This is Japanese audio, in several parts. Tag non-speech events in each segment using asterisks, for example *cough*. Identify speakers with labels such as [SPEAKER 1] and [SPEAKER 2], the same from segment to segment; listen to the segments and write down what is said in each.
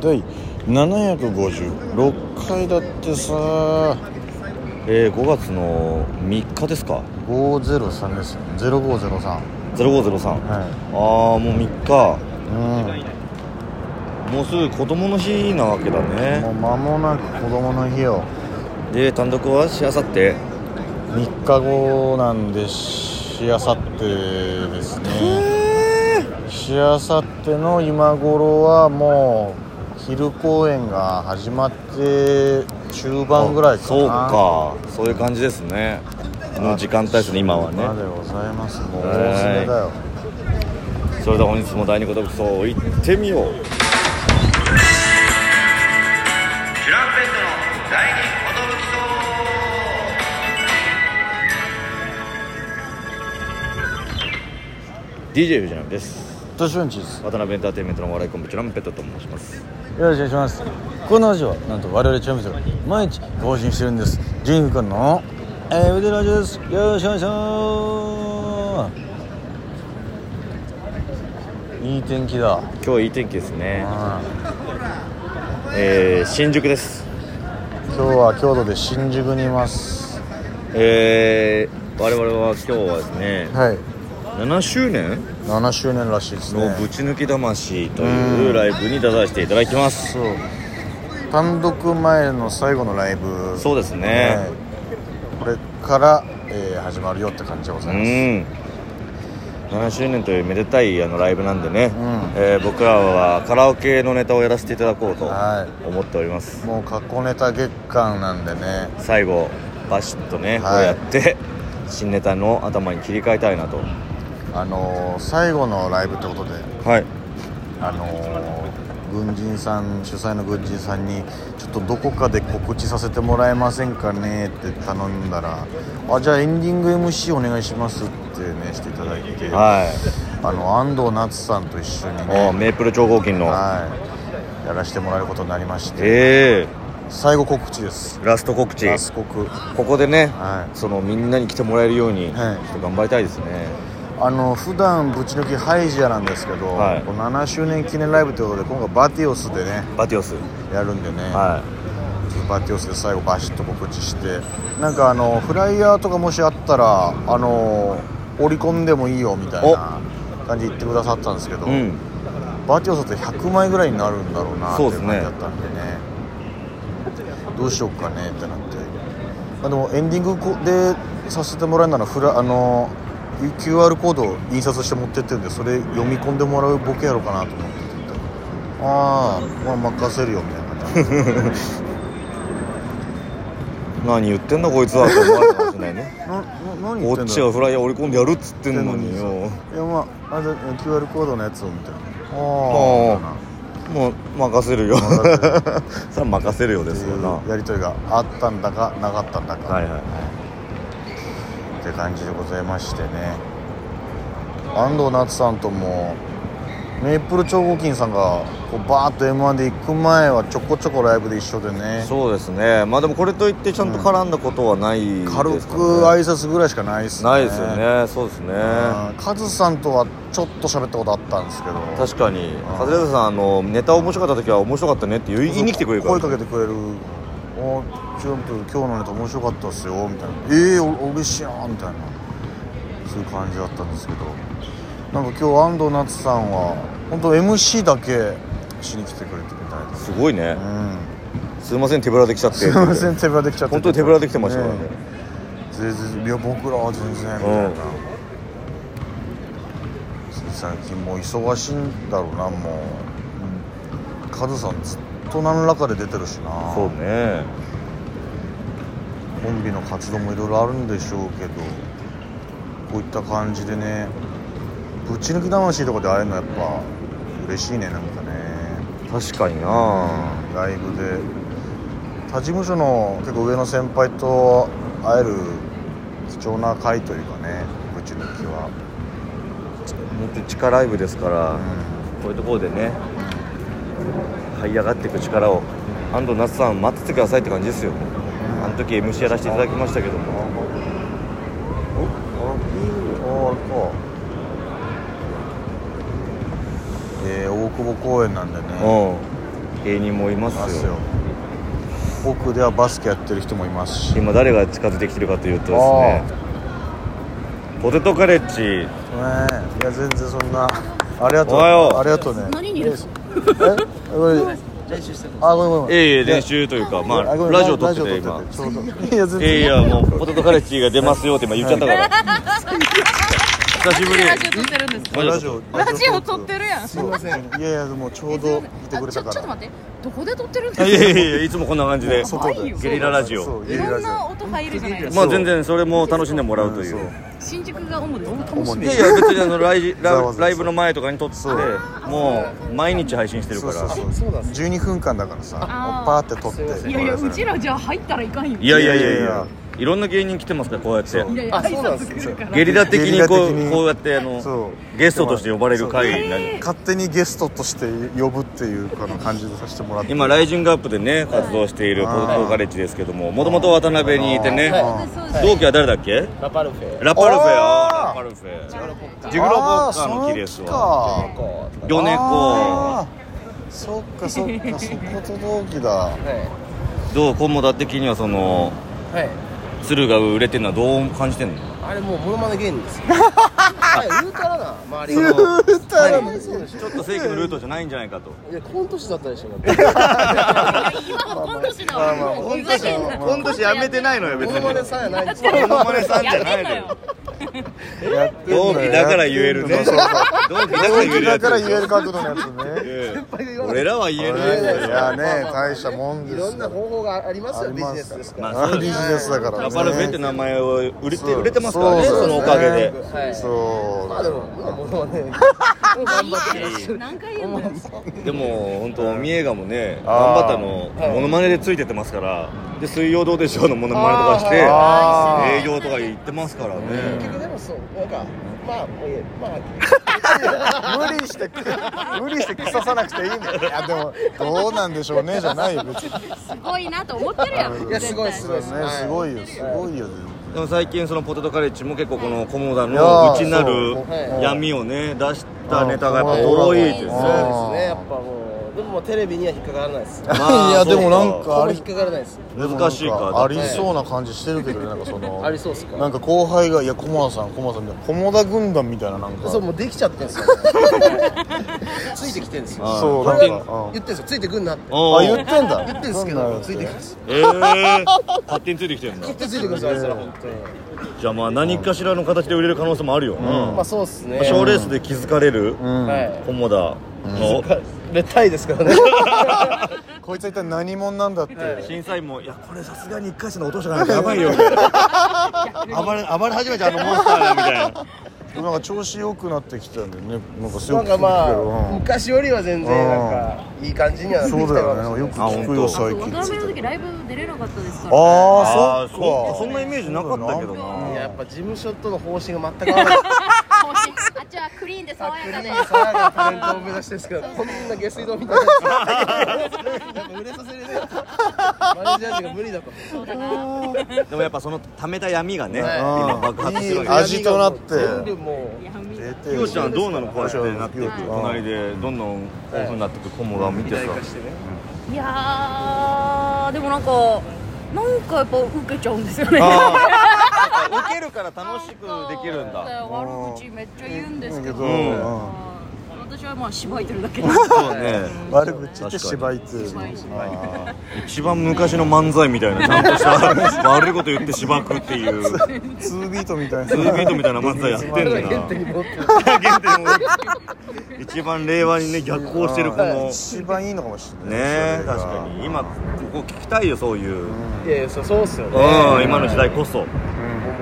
[SPEAKER 1] 第756回だってさ
[SPEAKER 2] えー、5月の3日ですか
[SPEAKER 1] 503です0503は
[SPEAKER 2] 0503、ああもう3日
[SPEAKER 1] い
[SPEAKER 2] もうすぐ子供の日なわけだ
[SPEAKER 1] うん
[SPEAKER 2] ね
[SPEAKER 1] もう間もなく子供の日を
[SPEAKER 2] で単独はしあさって
[SPEAKER 1] 3日後なんでしあさってですねしあさっての今頃はもう昼公演が始まって中盤ぐらいかな
[SPEAKER 2] そうかそういう感じですねの時間帯ですね今は
[SPEAKER 1] ま
[SPEAKER 2] ね
[SPEAKER 1] でございますもう
[SPEAKER 2] は
[SPEAKER 1] 大
[SPEAKER 2] い
[SPEAKER 1] 詰めだよ
[SPEAKER 2] それでは本日も第二言そを行ってみよう
[SPEAKER 3] トランペットの第二寿き
[SPEAKER 2] DJ 藤波です
[SPEAKER 1] トシュンチです
[SPEAKER 2] 渡辺エンターテインメントのお笑いコンビチュランペットと申します
[SPEAKER 1] よろしくお願いしますこのラジオはなんと我々チャンピオンが毎日更新してるんです仁くんのエブデラジオですよろしくお願いしますいい天気だ
[SPEAKER 2] 今日いい天気ですね、
[SPEAKER 1] 今
[SPEAKER 2] えー、新宿です
[SPEAKER 1] 日は京都で新宿にいます
[SPEAKER 2] えー、我々は今日はですね
[SPEAKER 1] はい
[SPEAKER 2] 7周年
[SPEAKER 1] 7周年らしいです
[SPEAKER 2] の
[SPEAKER 1] ね
[SPEAKER 2] ぶち抜き魂というライブに出させていただきます、
[SPEAKER 1] そう単独前の最後のライブ
[SPEAKER 2] そう
[SPEAKER 1] う
[SPEAKER 2] ですね、
[SPEAKER 1] これから、えー始まるよって感じでございます
[SPEAKER 2] うん7周年というめでたいあのライブなんでね、
[SPEAKER 1] ん
[SPEAKER 2] えー僕らはカラオケのネタをやらせていただこうと
[SPEAKER 1] は
[SPEAKER 2] 思っております
[SPEAKER 1] いもう過去ネタ月間なんでね
[SPEAKER 2] 最後バシッと
[SPEAKER 1] は
[SPEAKER 2] ね、
[SPEAKER 1] い
[SPEAKER 2] こうやって新ネタの頭に切り替えたいなと
[SPEAKER 1] あのー最後のライブってことで、
[SPEAKER 2] はい
[SPEAKER 1] あのー軍人さん主催の軍人さんに「ちょっとどこかで告知させてもらえませんかね」って頼んだら「あじゃあエンディング MC お願いします」ってねしていただいて、
[SPEAKER 2] はい
[SPEAKER 1] あの安藤夏さんと一緒に
[SPEAKER 2] もう
[SPEAKER 1] ね、
[SPEAKER 2] メープル超合金の
[SPEAKER 1] はい、やらせてもらえることになりまして
[SPEAKER 2] え
[SPEAKER 1] 最後告知です
[SPEAKER 2] ー、ラスト告知
[SPEAKER 1] ラス告
[SPEAKER 2] ここでね、
[SPEAKER 1] はい
[SPEAKER 2] そのみんなに来てもらえるよう
[SPEAKER 1] はい
[SPEAKER 2] に、ちょっと頑張りたいですね
[SPEAKER 1] あの普段ぶち抜きハイジアなんですけど、
[SPEAKER 2] はい
[SPEAKER 1] この7周年記念ライブということで今回バティオスでね
[SPEAKER 2] バティオス
[SPEAKER 1] やるんでね、
[SPEAKER 2] は
[SPEAKER 1] バティオスで最後バシッと告知してなんかあのフライヤーとかもしあったらあの折り込んでもいいよみたいな感じで言ってくださったんですけど、
[SPEAKER 2] いうん
[SPEAKER 1] バティオスって100枚ぐらいになるんだろうなって
[SPEAKER 2] そ
[SPEAKER 1] いうう
[SPEAKER 2] です
[SPEAKER 1] 感
[SPEAKER 2] ね
[SPEAKER 1] じだったんでねどうしようかねってなってあでもエンディングこでさせてもらうならフラあの QR コードを印刷して持ってってるんでそれ読み込んでもらうボケやろうかなと思っててああまあ任せるよみたいな感じ
[SPEAKER 2] 何言ってんだこいつはって思われたかもしれないね
[SPEAKER 1] なな何言って
[SPEAKER 2] こ
[SPEAKER 1] ん
[SPEAKER 2] っ
[SPEAKER 1] だ
[SPEAKER 2] ちはフライヤー折り込んでやるっつってんのに
[SPEAKER 1] 言
[SPEAKER 2] よ
[SPEAKER 1] いやまああじゃあ QR コードのやつをみたいな
[SPEAKER 2] あもう任せるよ
[SPEAKER 1] 任せる
[SPEAKER 2] *laughs* さあ任せるよ
[SPEAKER 1] あ
[SPEAKER 2] ですよな
[SPEAKER 1] な
[SPEAKER 2] は
[SPEAKER 1] やり取りがあったんだかなかったんだか、
[SPEAKER 2] いは
[SPEAKER 1] って感じでございましてね安藤夏さんともメイプル超合金さんがこうバーッと m 1で行く前はちょこちょこライブで一緒で
[SPEAKER 2] い
[SPEAKER 1] ね
[SPEAKER 2] そうですねまあでもこれといってちゃんと絡んだことはないですから
[SPEAKER 1] 軽
[SPEAKER 2] ね、
[SPEAKER 1] く挨拶ぐらいしかないですね
[SPEAKER 2] ないですよねそうですね
[SPEAKER 1] うんカズさんとはちょっと喋ったことあったんですけど
[SPEAKER 2] 確かにカズレーザーさんあのネタ面白かった時は面白かったねって言いに来てくれるから
[SPEAKER 1] 声かけてくれる「おチュンプ今日のネタ面白かったっすよ」みたいな「ええお嬉しいな」みたいなそういう感じだったんですけどなんか今日安藤夏さんは本当 MC だけしに来てくれてみたいです
[SPEAKER 2] すごいね *laughs*
[SPEAKER 1] うん
[SPEAKER 2] すいません手ぶらできちゃって
[SPEAKER 1] すいません手ぶらできちゃって
[SPEAKER 2] 本当に手ぶらできてましたからね
[SPEAKER 1] 全然いや僕らは全然みたいな、
[SPEAKER 2] うん
[SPEAKER 1] 最近もう忙しいんだろうなもう、カズさんずっと何らかで出てるしな
[SPEAKER 2] そうね
[SPEAKER 1] コンビの活動もいろいろあるんでしょうけどこういった感じでねぶち抜き魂とかで会えるのやっぱ嬉しいねなんかね
[SPEAKER 2] 確かにな
[SPEAKER 1] ライブで他事務所の結構上の先輩と会える貴重な回というかねぶち抜きは
[SPEAKER 2] 本当に地下ライブですから、
[SPEAKER 1] う
[SPEAKER 2] こういうところでね這い上がっていく力を安藤夏さん待っててくださいって感じですよあの時 MC やらせていただきましたけども
[SPEAKER 1] おあああれかえー大久保公園なんでね
[SPEAKER 2] う芸人もいま
[SPEAKER 1] ますす
[SPEAKER 2] よ
[SPEAKER 1] よ奥ではバスケやってる人もいますし
[SPEAKER 2] 今誰が近づいてきてるかというとで
[SPEAKER 1] あ
[SPEAKER 2] すねポテトカレッジ
[SPEAKER 1] ねえいや全然そんなありがとう
[SPEAKER 2] おはよう
[SPEAKER 1] ありがとうね
[SPEAKER 4] 何にいるの
[SPEAKER 1] えごめんあごめんごめん
[SPEAKER 2] ええ練習というかまあ
[SPEAKER 1] あごめん
[SPEAKER 2] ラジオ撮ってて
[SPEAKER 1] ラジオ
[SPEAKER 2] 今
[SPEAKER 1] 撮っててちょうどいや全
[SPEAKER 2] ええいやもうポテトカレッジが出ますよって今言っちゃったから久しぶり
[SPEAKER 4] ラジオ撮ってるんですか
[SPEAKER 1] ラジオ
[SPEAKER 4] ラジオ撮ってるやん
[SPEAKER 1] そういやいやでもちょうどいてくれた
[SPEAKER 4] あちょちょっと
[SPEAKER 1] か
[SPEAKER 4] 待ってどこで撮ってるんです
[SPEAKER 2] あ
[SPEAKER 4] か
[SPEAKER 2] いやいやいやいつもこんな感じで
[SPEAKER 1] ら外で
[SPEAKER 4] や
[SPEAKER 2] ゲリララジ
[SPEAKER 1] そ
[SPEAKER 2] オ
[SPEAKER 1] うゲ
[SPEAKER 4] い
[SPEAKER 1] リラ
[SPEAKER 4] ろ
[SPEAKER 1] ラ
[SPEAKER 4] ん
[SPEAKER 1] ジ
[SPEAKER 4] な音入るじゃないです
[SPEAKER 2] ま
[SPEAKER 4] か
[SPEAKER 2] あ全然それも楽しんでもらうという
[SPEAKER 1] うん
[SPEAKER 4] 新宿が主ですか
[SPEAKER 1] 主
[SPEAKER 2] い
[SPEAKER 1] に
[SPEAKER 2] やいや別にあのライジ
[SPEAKER 1] *laughs* ざわ
[SPEAKER 2] ラ
[SPEAKER 1] ざわ
[SPEAKER 2] ライブの前とかに撮ってもう毎日配信して
[SPEAKER 1] オ
[SPEAKER 2] る
[SPEAKER 1] そ
[SPEAKER 2] か
[SPEAKER 1] うそうそ
[SPEAKER 2] ら
[SPEAKER 1] うそう12分間だからさ
[SPEAKER 4] あー
[SPEAKER 1] パーって撮って
[SPEAKER 4] いやいやうちらじゃあ入ったらいかんよ
[SPEAKER 2] いやいやいやい
[SPEAKER 1] いやい
[SPEAKER 2] や
[SPEAKER 1] や
[SPEAKER 2] いろんな芸人来てますからこうやって
[SPEAKER 4] いやいや挨拶来るから
[SPEAKER 2] ゲリラ的に
[SPEAKER 1] ゲリラ
[SPEAKER 2] こ
[SPEAKER 1] 的
[SPEAKER 2] う
[SPEAKER 1] に
[SPEAKER 2] こうやってあの
[SPEAKER 1] そう
[SPEAKER 2] ゲストとして呼ばれる会になる
[SPEAKER 1] 勝手にゲストとして呼ぶっていうかの感じでさせてもらって
[SPEAKER 2] 今ライジングアップでね活動しているポ
[SPEAKER 1] はい
[SPEAKER 2] ーカレッジですけどももともと渡辺にいてね
[SPEAKER 1] はい
[SPEAKER 2] 同期は誰だっけ
[SPEAKER 5] ラパルフェ
[SPEAKER 2] ラパルフェ
[SPEAKER 1] あー
[SPEAKER 2] ラパルフェジグロボッカーの木ですわ
[SPEAKER 1] あーその木か
[SPEAKER 5] こう
[SPEAKER 2] 魚猫
[SPEAKER 1] あーそっかそっかそこと同期だ
[SPEAKER 5] は
[SPEAKER 2] どう菰田的にはその
[SPEAKER 5] いはい
[SPEAKER 2] 鶴が売れてるのはどう感じてんの
[SPEAKER 5] あれもうモノマネ芸人ですよはい言うからな周りが
[SPEAKER 1] 言うたら
[SPEAKER 5] はいそうでし
[SPEAKER 2] ちょ
[SPEAKER 5] ょ
[SPEAKER 2] っと正規のルートじゃないんじゃないかと *laughs*
[SPEAKER 5] いやコント師だったでしょだって
[SPEAKER 4] 今はコントしな
[SPEAKER 1] まあまあ
[SPEAKER 4] ふざけんな
[SPEAKER 2] 今年やめてないのよ別
[SPEAKER 5] モノマネ
[SPEAKER 2] に
[SPEAKER 5] さえないんです
[SPEAKER 2] モノマネさんじゃないの
[SPEAKER 4] やめん
[SPEAKER 2] よ
[SPEAKER 1] やってんだよ
[SPEAKER 2] 同期だから言えるね
[SPEAKER 1] やってんだそう
[SPEAKER 2] 同期だか
[SPEAKER 1] そう
[SPEAKER 2] ら
[SPEAKER 1] 同
[SPEAKER 2] 言え
[SPEAKER 1] 期
[SPEAKER 2] る
[SPEAKER 1] だ
[SPEAKER 2] やつ
[SPEAKER 1] から言える角度のやつね
[SPEAKER 2] ええ俺らは言え
[SPEAKER 1] い
[SPEAKER 2] ないんだよ
[SPEAKER 1] やね大したもん
[SPEAKER 5] い
[SPEAKER 1] で
[SPEAKER 5] ろ
[SPEAKER 1] す
[SPEAKER 5] んな
[SPEAKER 1] よ
[SPEAKER 5] 方法がありますよビジネスですから
[SPEAKER 2] まあそう
[SPEAKER 1] ビジ
[SPEAKER 2] です
[SPEAKER 1] ネスだからね
[SPEAKER 2] ラパルフェって名前を売れて
[SPEAKER 1] そう
[SPEAKER 2] 売れてますからね
[SPEAKER 1] そう
[SPEAKER 2] そ
[SPEAKER 1] ですね
[SPEAKER 2] のおかげで
[SPEAKER 5] はい
[SPEAKER 1] そう
[SPEAKER 5] まあでも今モノマネ頑張ってらっしゃる
[SPEAKER 4] 何回言うんだよ
[SPEAKER 2] でも本当三重がもね頑
[SPEAKER 1] あー
[SPEAKER 2] 張ったのモノマネでついてってますからで水曜どうでしょうのモノマネとかして
[SPEAKER 1] あー
[SPEAKER 2] 営業とか行ってますから
[SPEAKER 5] 結
[SPEAKER 2] ね
[SPEAKER 5] 局でもそうなんかまあもういいまあ
[SPEAKER 1] 無理して無理して腐さなくていいねいやでもどうなんでしょうねじゃないよ別に
[SPEAKER 4] すごいなと思ってるやん
[SPEAKER 5] いやすごい
[SPEAKER 1] そ
[SPEAKER 5] すご
[SPEAKER 1] う
[SPEAKER 5] い
[SPEAKER 1] ですねすごいよすごいよ
[SPEAKER 2] でも最近そのポテトカレッジも結構この菰田
[SPEAKER 1] いやー
[SPEAKER 2] の内なる
[SPEAKER 1] そう
[SPEAKER 5] はい
[SPEAKER 2] 闇をね出したネタがやっぱ多いですね
[SPEAKER 5] そう
[SPEAKER 1] あー
[SPEAKER 5] ですねやっぱもうでももうテレビには引っかからないです
[SPEAKER 2] まあ
[SPEAKER 1] いやでもなん
[SPEAKER 2] そう
[SPEAKER 1] かあ
[SPEAKER 5] あれ
[SPEAKER 1] り
[SPEAKER 5] 引っかからないです
[SPEAKER 2] 難しいか
[SPEAKER 1] でもなんありそうな感じしてるけどねなんかその
[SPEAKER 5] ありそうっすか
[SPEAKER 1] なんか後輩が「いや駒田さん駒田さん」みたいな駒田軍団みたいななんか
[SPEAKER 5] そうもうできちゃってんすよついてきてんすよ
[SPEAKER 2] あ
[SPEAKER 1] そうなん
[SPEAKER 5] 俺が
[SPEAKER 1] かうん
[SPEAKER 5] 言ってんすよついてくんなって
[SPEAKER 2] お
[SPEAKER 1] あ
[SPEAKER 2] ー
[SPEAKER 1] 言ってんだ
[SPEAKER 5] 言ってんすけ
[SPEAKER 1] そんな
[SPEAKER 5] ど
[SPEAKER 1] ん
[SPEAKER 5] ついてきます
[SPEAKER 2] え
[SPEAKER 1] *laughs*
[SPEAKER 2] ー、勝手についてきてるんだ
[SPEAKER 5] 切ってついてくるんですよあいつら本当に
[SPEAKER 2] じゃあまあ何かしらの形で売れる可能性もあるよな、
[SPEAKER 5] まあそうっすね
[SPEAKER 2] 賞レースで気づかれる
[SPEAKER 1] うん
[SPEAKER 5] は
[SPEAKER 2] 菰田の
[SPEAKER 5] い劣態です *laughs* からね
[SPEAKER 1] こいつは一体何者なんだって
[SPEAKER 2] 審査員も「いやこれさすがに一回戦の落としがないとやば
[SPEAKER 1] *laughs*
[SPEAKER 2] いよ」みたいな暴れ暴れ始めちゃうあのモンスターがみたいな
[SPEAKER 1] なんか調子良くなってきたんだよねなんかす
[SPEAKER 5] な
[SPEAKER 1] ご
[SPEAKER 5] ん
[SPEAKER 1] く
[SPEAKER 5] か
[SPEAKER 1] 聞くけ
[SPEAKER 5] ま
[SPEAKER 1] ど
[SPEAKER 5] あ
[SPEAKER 1] うん
[SPEAKER 5] 昔よりは全然なんかいい感じにはなって
[SPEAKER 1] そ
[SPEAKER 5] き
[SPEAKER 1] う
[SPEAKER 5] た
[SPEAKER 1] だ
[SPEAKER 5] かもしれ
[SPEAKER 1] よ
[SPEAKER 5] な
[SPEAKER 1] ね
[SPEAKER 5] い
[SPEAKER 1] よく聞くよ
[SPEAKER 2] あ
[SPEAKER 4] あ
[SPEAKER 1] 最
[SPEAKER 4] そう渡辺の時
[SPEAKER 1] 近
[SPEAKER 4] ライブ出れなかったですからね
[SPEAKER 1] ああ
[SPEAKER 2] ー
[SPEAKER 1] そっか
[SPEAKER 2] そんなイメージなかったけど
[SPEAKER 5] いや
[SPEAKER 2] な
[SPEAKER 5] やっぱ事務所との方針が全く合 *laughs* わない
[SPEAKER 4] 方針あっちはクリーンで爽やかで
[SPEAKER 5] 爽やかなタレントを目指してるんですけど *laughs* こんな下水道みたいなやつやっぱ売れさせるねマネージャー陣が無理だと
[SPEAKER 4] そうだな
[SPEAKER 2] でもやっぱその溜めた闇がね、
[SPEAKER 5] はい
[SPEAKER 2] 今爆発するわけ
[SPEAKER 1] いい味となって
[SPEAKER 5] 全部もう
[SPEAKER 4] 闇
[SPEAKER 1] 出て
[SPEAKER 2] ひよちゃんどうなのこうやってなってい
[SPEAKER 1] は
[SPEAKER 2] く
[SPEAKER 1] い
[SPEAKER 2] 隣でどんどんこういうふうになってく菰田を見てさ
[SPEAKER 5] 肥大化してね
[SPEAKER 4] いやーでもなんかなんかやっぱ受けちゃうんですよね
[SPEAKER 2] あー受けるから楽しくできるんだ
[SPEAKER 4] 悪口めっちゃ言うんですけど、
[SPEAKER 1] う
[SPEAKER 2] うん
[SPEAKER 4] 私はまあ芝居てるだけで
[SPEAKER 2] そうね
[SPEAKER 1] 悪口言って芝居っていうの
[SPEAKER 4] 芝居芝
[SPEAKER 1] あー
[SPEAKER 2] 一番昔の漫才みたいなちゃんとした悪いこと言ってしばくっていうツー
[SPEAKER 1] 2ビートみたいな
[SPEAKER 2] ビートみたいな漫才やってん
[SPEAKER 5] だか
[SPEAKER 2] だ
[SPEAKER 5] ら
[SPEAKER 2] な
[SPEAKER 5] 原
[SPEAKER 2] *laughs*
[SPEAKER 5] 点に戻って
[SPEAKER 2] 原点を一番令和にね逆行してるこの
[SPEAKER 1] 一番いいのかもしれない
[SPEAKER 2] ね
[SPEAKER 1] それが
[SPEAKER 2] 確かに今ここ聞きたいよそういううん
[SPEAKER 5] いやいやそうそうっすよね
[SPEAKER 2] 今の時代こそ
[SPEAKER 5] もう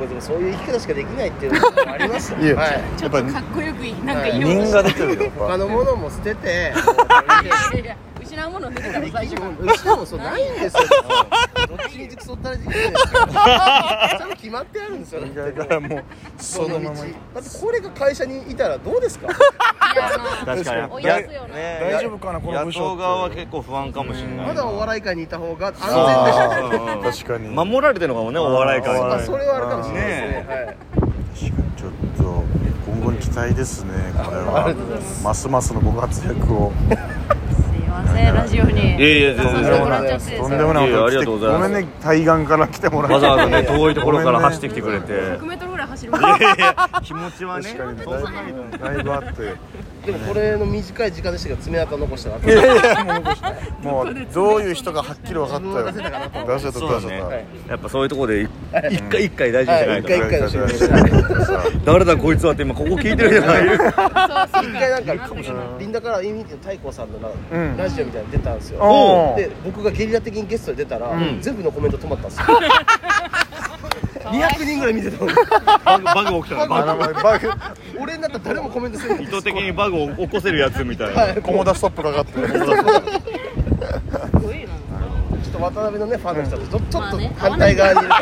[SPEAKER 5] 僕でもそういう生き方しかできないっていうのもありますよ
[SPEAKER 1] いや
[SPEAKER 5] はい
[SPEAKER 4] ちょっとかっこよくなんか
[SPEAKER 5] やっぱ
[SPEAKER 4] 言おう
[SPEAKER 1] 人
[SPEAKER 4] として
[SPEAKER 1] が出てるよやっぱ
[SPEAKER 5] 他のものも捨てて
[SPEAKER 4] いやいや失うものを出てたら
[SPEAKER 5] 生
[SPEAKER 4] 最
[SPEAKER 5] き
[SPEAKER 4] 初
[SPEAKER 5] 物うちのもそうないんですよどっちみちクソったらしいんですよちゃんと決まってあるんですよだって
[SPEAKER 1] だからもうそのまま
[SPEAKER 5] だってこれが会社にいたらどうですか
[SPEAKER 4] いやあの
[SPEAKER 2] 確か
[SPEAKER 4] 追
[SPEAKER 2] に
[SPEAKER 4] い出すよな
[SPEAKER 1] 大丈夫かなこの部署
[SPEAKER 2] 野党側は結構不安かもしれない
[SPEAKER 5] まだお笑い界にいた方が安全でしょ
[SPEAKER 1] あ
[SPEAKER 2] うん
[SPEAKER 1] ー確かに
[SPEAKER 2] 守られてるのかもねお笑い界
[SPEAKER 1] あーお
[SPEAKER 5] まあ
[SPEAKER 1] 笑
[SPEAKER 2] に
[SPEAKER 1] い
[SPEAKER 5] それはあるかもしれないですねはい
[SPEAKER 1] 確かにちょっと今後に期待ですねこれはますますのご活躍を
[SPEAKER 4] すいませんラジオにい
[SPEAKER 2] いや
[SPEAKER 4] え
[SPEAKER 2] いや全
[SPEAKER 1] とん
[SPEAKER 2] 然
[SPEAKER 1] で
[SPEAKER 4] そ
[SPEAKER 1] もない
[SPEAKER 4] うそうそう
[SPEAKER 1] とんでもない
[SPEAKER 2] いやいやありがとうございます
[SPEAKER 1] ごめんね対岸から来てもらって
[SPEAKER 2] わざわざね遠いところから走ってきて
[SPEAKER 4] 1
[SPEAKER 2] くれて
[SPEAKER 4] 0 0ルぐらい走りま
[SPEAKER 2] い
[SPEAKER 4] した
[SPEAKER 2] やいや気持ちはね
[SPEAKER 1] 確かにね
[SPEAKER 2] そんなに
[SPEAKER 1] だいぶあって
[SPEAKER 5] でもこれの短い時間でしたけど爪痕残したら
[SPEAKER 1] いやいやもうもうどういう人がはっきり分かったよ出せた出せ
[SPEAKER 2] そうだ
[SPEAKER 1] た
[SPEAKER 2] ね、
[SPEAKER 5] はい
[SPEAKER 2] やっぱそういうところでい一回一回大事にしないと、
[SPEAKER 5] はい一回の
[SPEAKER 1] 出
[SPEAKER 5] 出
[SPEAKER 1] せ
[SPEAKER 5] せ
[SPEAKER 1] た
[SPEAKER 5] た
[SPEAKER 2] 誰だこいつはって今ここ聞いてるじゃない *laughs*
[SPEAKER 5] 一回なんかリンダからインフィニティの太鼓さんのな
[SPEAKER 1] うん
[SPEAKER 5] ラジオみたいなの出たんですよ
[SPEAKER 1] おう
[SPEAKER 5] で僕がゲリラ的にゲストで出たら
[SPEAKER 2] ん
[SPEAKER 5] 全部のコメント止まったんですよ
[SPEAKER 1] *laughs*
[SPEAKER 5] 200人ぐらい見てたのに
[SPEAKER 2] バグバグ起きたの
[SPEAKER 1] あのバグ
[SPEAKER 5] 俺になったら誰もコメントせんの
[SPEAKER 2] 意図的にバグを起こせるやつみたいな、
[SPEAKER 5] はい
[SPEAKER 1] コモダストップかかってる
[SPEAKER 4] すごいな
[SPEAKER 5] ちょっと渡辺のねファンの人たちちょちょ
[SPEAKER 4] ま
[SPEAKER 5] っ
[SPEAKER 4] あ
[SPEAKER 5] と
[SPEAKER 4] ね
[SPEAKER 5] 反対側にいるか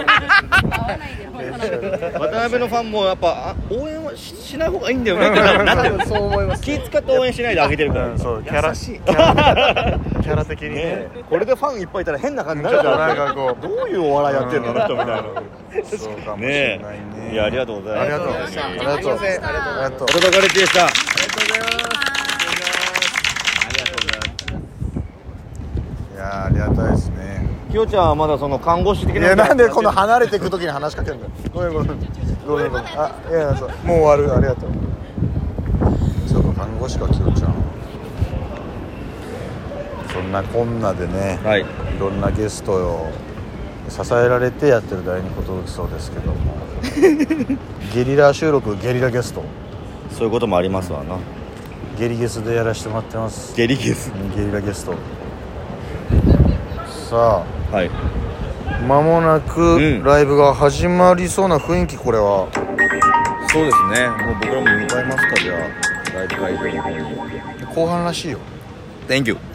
[SPEAKER 4] 合
[SPEAKER 5] ら
[SPEAKER 4] わないでほんまなんか
[SPEAKER 2] 渡辺のファンもやっぱあ応援はししない方がいいんだよねってななって
[SPEAKER 5] 多分そう思います
[SPEAKER 2] 気使って応援しないであげてるから、
[SPEAKER 1] うんそうキャラ
[SPEAKER 5] 優しい
[SPEAKER 1] キャラキャラ的にね
[SPEAKER 2] ねこれでファンいっぱいいたら変な感じにな
[SPEAKER 1] ちょ
[SPEAKER 2] る
[SPEAKER 1] っ
[SPEAKER 2] か
[SPEAKER 1] となん
[SPEAKER 2] ら
[SPEAKER 1] かこ
[SPEAKER 2] どういうお笑いやってるのあの人みたいなね
[SPEAKER 1] うそうかもしれないね
[SPEAKER 2] いやありがとうござい
[SPEAKER 1] あ
[SPEAKER 2] ます
[SPEAKER 1] りがとう
[SPEAKER 2] あ
[SPEAKER 1] あり
[SPEAKER 2] り
[SPEAKER 1] がとう
[SPEAKER 4] ありがとうございました
[SPEAKER 1] ありがとう
[SPEAKER 2] がとうございますでした
[SPEAKER 1] いやーありがたいですね
[SPEAKER 2] きよちゃんはまだその看護師的
[SPEAKER 1] い
[SPEAKER 2] な
[SPEAKER 1] やなんでこの
[SPEAKER 2] 話
[SPEAKER 1] 離れていく時に話しかけるんだよごめんごめんごめんごめんあいやそうもう終わるありがとうそうか看護師かきよちゃんそんなこんなでね、
[SPEAKER 2] はい
[SPEAKER 1] いろんなゲストを支えられてやってる第二ことぶきそうですけど
[SPEAKER 2] *laughs*
[SPEAKER 1] もゲリラ収録ゲリラゲスト
[SPEAKER 2] そういうこともありますわな
[SPEAKER 1] ゲリゲスでやらせてもらってますゲ
[SPEAKER 2] ゲリゲス
[SPEAKER 1] リラゲストさ
[SPEAKER 2] はい
[SPEAKER 1] あ間もなく
[SPEAKER 2] うん
[SPEAKER 1] ライブが始まりそうな雰囲気これは、
[SPEAKER 2] そうですねもう僕らも向かいますかじゃあライブ会場の方に
[SPEAKER 1] 後半らしいよ
[SPEAKER 2] Thank you